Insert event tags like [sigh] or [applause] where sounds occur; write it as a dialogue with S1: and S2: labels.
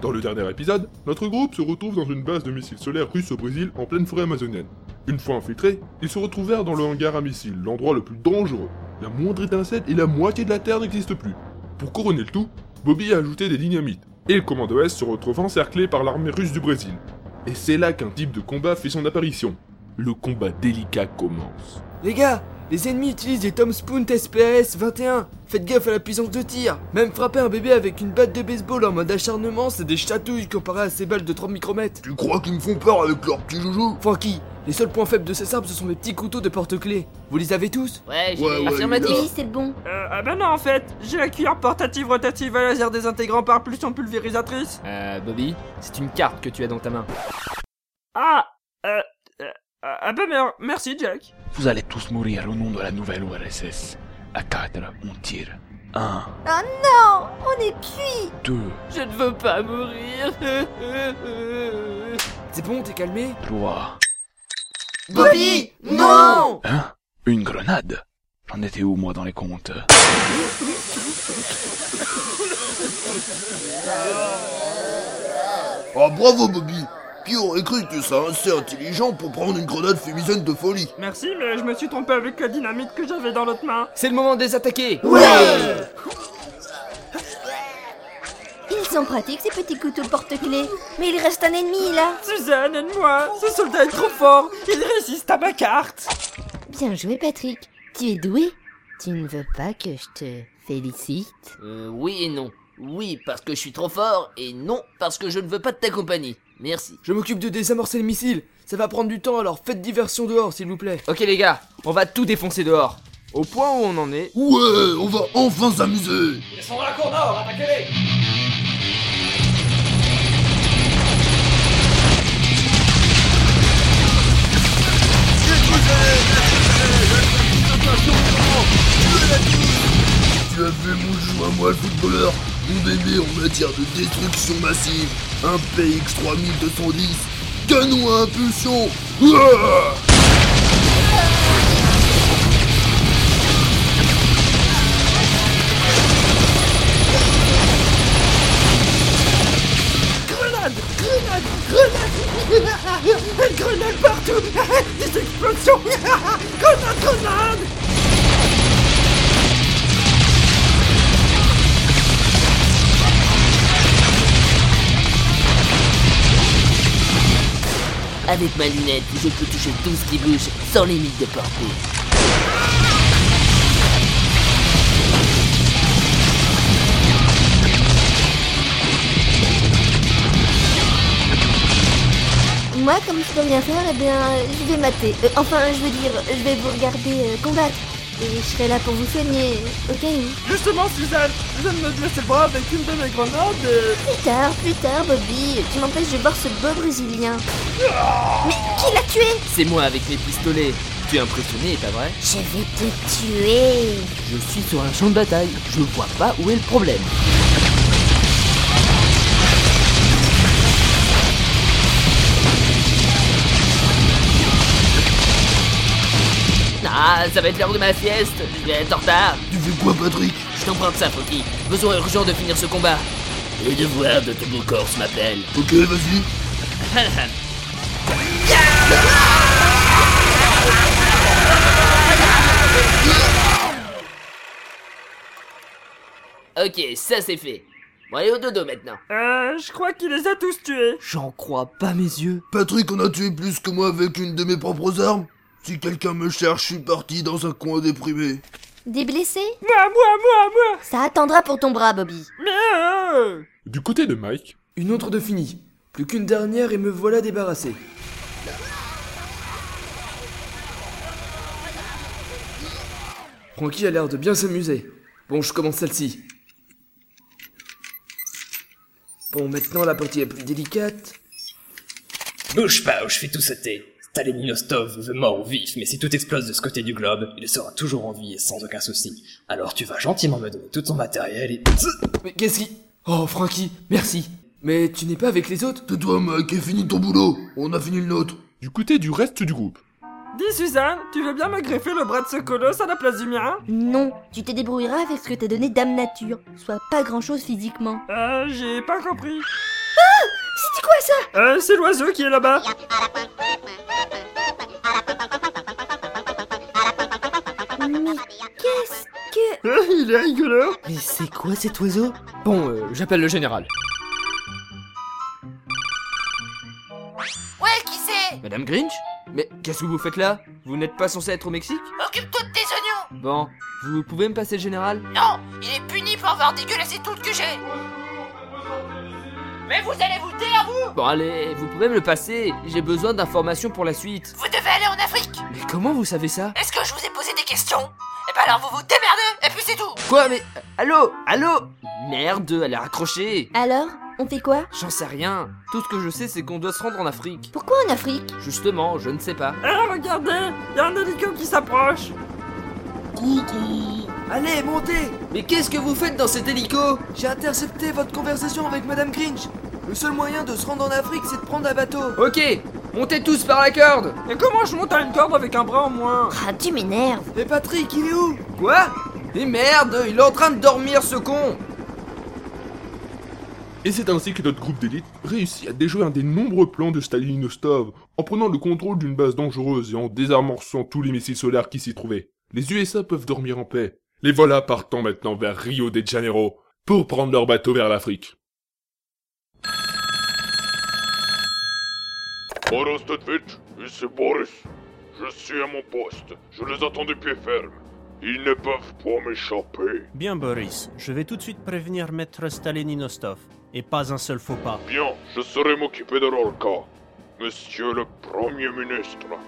S1: Dans le dernier épisode, notre groupe se retrouve dans une base de missiles solaires russes au Brésil en pleine forêt amazonienne. Une fois infiltrés, ils se retrouvèrent dans le hangar à missiles, l'endroit le plus dangereux. La moindre étincelle et la moitié de la Terre n'existe plus. Pour couronner le tout, Bobby a ajouté des dynamites, et le commando S se retrouve encerclé par l'armée russe du Brésil. Et c'est là qu'un type de combat fait son apparition. Le combat délicat commence.
S2: Les gars, les ennemis utilisent des Tom Spoon SPS 21. Faites gaffe à la puissance de tir. Même frapper un bébé avec une batte de baseball en mode acharnement, c'est des chatouilles comparé à ces balles de 30 micromètres.
S3: Tu crois qu'ils me font peur avec leurs petits joujoux
S2: Francky, les seuls points faibles de ces arbres, ce sont mes petits couteaux de porte-clés. Vous les avez tous
S4: Ouais, j'ai
S3: Ouais, ouais,
S4: affirmatif.
S3: il
S5: Oui, c'est le bon.
S6: Euh, ah bah non, en fait, j'ai la cuillère portative rotative à laser désintégrant par pulsion pulvérisatrice.
S7: Euh, Bobby, c'est une carte que tu as dans ta main.
S6: Ah, euh, euh, ah bah mer- merci, Jack.
S8: Vous allez tous mourir au nom de la nouvelle URSS. À 4, on tire. 1,
S5: Non, Oh, on est cuit.
S8: 2,
S4: [laughs] Je ne veux pas mourir. [laughs]
S2: C'est bon, t'es calmé
S8: 3.
S2: Bobby Non
S8: Une grenade J'en étais où, moi, dans les comptes
S3: Ah bravo Bobby Qui aurait cru que tu serais assez intelligent pour prendre une grenade fumigène de folie
S6: Merci, mais je me suis trompé avec la dynamite que j'avais dans l'autre main.
S2: C'est le moment de les attaquer
S5: Ils sont pratiques ces petits couteaux porte-clés. Mais il reste un ennemi là.
S6: Suzanne, aide-moi, ce soldat est trop fort, il résiste à ma carte.
S5: Bien joué, Patrick. Tu es doué. Tu ne veux pas que je te félicite
S4: Euh, oui et non. Oui parce que je suis trop fort et non parce que je ne veux pas de ta compagnie. Merci.
S2: Je m'occupe de désamorcer le missile. Ça va prendre du temps, alors faites diversion dehors, s'il vous plaît.
S7: Ok les gars, on va tout défoncer dehors.
S2: Au point où on en est,
S3: Ouais, on va enfin s'amuser Tu as vu mon jeu à moi le footballeur Mon bébé en matière de destruction massive Un PX 3210 Canon à impulsion Ouah
S4: Avec ma lunette, je peux toucher tout ce qui bouge sans limite de portée.
S5: Moi, comme je peux rien faire, eh bien, je vais mater. Euh, enfin, je veux dire, je vais vous regarder euh, combattre. Et je serai là pour vous soigner, ok
S6: Justement, Suzanne, Suzanne me blessait le bras avec une de mes grenades et...
S5: Plus tard, plus tard, Bobby. Tu m'empêches de voir ce beau Brésilien. Mais qui l'a tué
S7: C'est moi avec mes pistolets. Tu es impressionné, pas vrai
S5: Je vais te tuer.
S7: Je suis sur un champ de bataille. Je vois pas où est le problème.
S4: Ah, ça va être l'heure de ma sieste. Je vais être en retard.
S3: Tu fais quoi Patrick
S4: Je t'emprunte ça, Foki. Besoin urgent de finir ce combat. Le devoir de tout mon corps m'appelle.
S3: Ok vas-y
S4: Ok, ça c'est fait. Bon, allez au dodo maintenant.
S6: Euh, je crois qu'il les a tous tués.
S2: j'en crois pas mes yeux.
S3: Patrick en a tué plus que moi avec une de mes propres armes Si quelqu'un me cherche, je suis parti dans un coin déprimé
S5: Des blessés
S6: Moi, moi, moi, moi
S5: Ça attendra pour ton bras, Bobby.
S6: Mais euh...
S1: Du côté de Mike,
S2: Une autre de finie. Plus qu'une dernière et me voilà débarrassé. Frankie a l'air de bien s'amuser. Bon, je commence celle-ci. Bon, maintenant la partie la plus délicate.
S9: Bouge pas ou je fais tout sauter. Stalininostov veut mort ou vif, mais si tout explose de ce côté du globe, il sera toujours en vie et sans aucun souci. Alors tu vas gentiment me donner tout ton matériel et...
S2: Mais qu'est-ce qui... Oh, Frankie, merci. Mais tu n'es pas avec les autres
S3: Tais-toi Mike et finis ton boulot On a fini le nôtre
S1: du côté du reste du groupe.
S6: Dis Suzanne, tu veux bien me greffer le bras de ce colosse à la place du mien
S5: Non, tu te débrouilleras avec ce que t'as donné Dame Nature. Soit pas grand-chose physiquement.
S6: Euh, j'ai pas compris.
S5: ça
S6: Euh, c'est l'oiseau qui est là-bas
S5: Mais qu'est-ce que...
S6: Ah, Il est rigolo
S10: Mais c'est quoi cet oiseau
S2: Bon, euh, j'appelle le général.
S4: Ouais, qui c'est
S2: Madame Grinch Mais qu'est-ce que vous faites là Vous n'êtes pas censé être au Mexique
S4: Occupe-toi de tes oignons
S2: Bon, vous pouvez me passer le général
S4: Non, il est puni pour avoir dégueulassé tout le QG Mais vous allez vous taire, vous
S2: Bon allez, vous pouvez me le passer, j'ai besoin d'informations pour la suite.
S4: Vous devez aller en Afrique
S2: Mais comment vous savez ça
S4: Est-ce que je vous ai posé des questions Eh ben alors vous vous démerdez, et puis c'est tout
S2: Quoi mais... euh, Allô Allô Merde, elle est raccrochée
S5: Alors, on fait quoi
S2: J'en sais rien. Tout ce que je sais c'est qu'on doit se rendre en Afrique.
S5: Pourquoi en Afrique
S2: Justement, je ne sais pas.
S6: Ah, regardez Il y a un hélico qui s'approche
S2: Allez, montez Mais qu'est-ce que vous faites dans cet hélico J'ai intercepté votre conversation avec Madame Grinch. Le seul moyen de se rendre en Afrique, c'est de prendre un bateau. Ok, montez tous par la corde
S6: Et comment je monte à une corde avec un bras en moins
S5: Ah, tu m'énerves
S2: Mais Patrick, il est où Quoi Mais merde, il est en train de dormir ce con
S1: Et c'est ainsi que notre groupe d'élite réussit à déjouer un des nombreux plans de Stalinostov en prenant le contrôle d'une base dangereuse et en désamorçant tous les missiles solaires qui s'y trouvaient. Les USA peuvent dormir en paix. Les voilà partant maintenant vers Rio de Janeiro pour prendre leur bateau vers l'Afrique.
S11: Boris Tedvitch, ici Boris. Je suis à mon poste. Je les attends de pied ferme. Ils ne peuvent pas m'échapper.
S9: Bien, Boris, je vais tout de suite prévenir maître Stalininostov. Et pas un seul faux pas.
S11: Bien, je saurai m'occuper de leur cas. Monsieur le Premier ministre,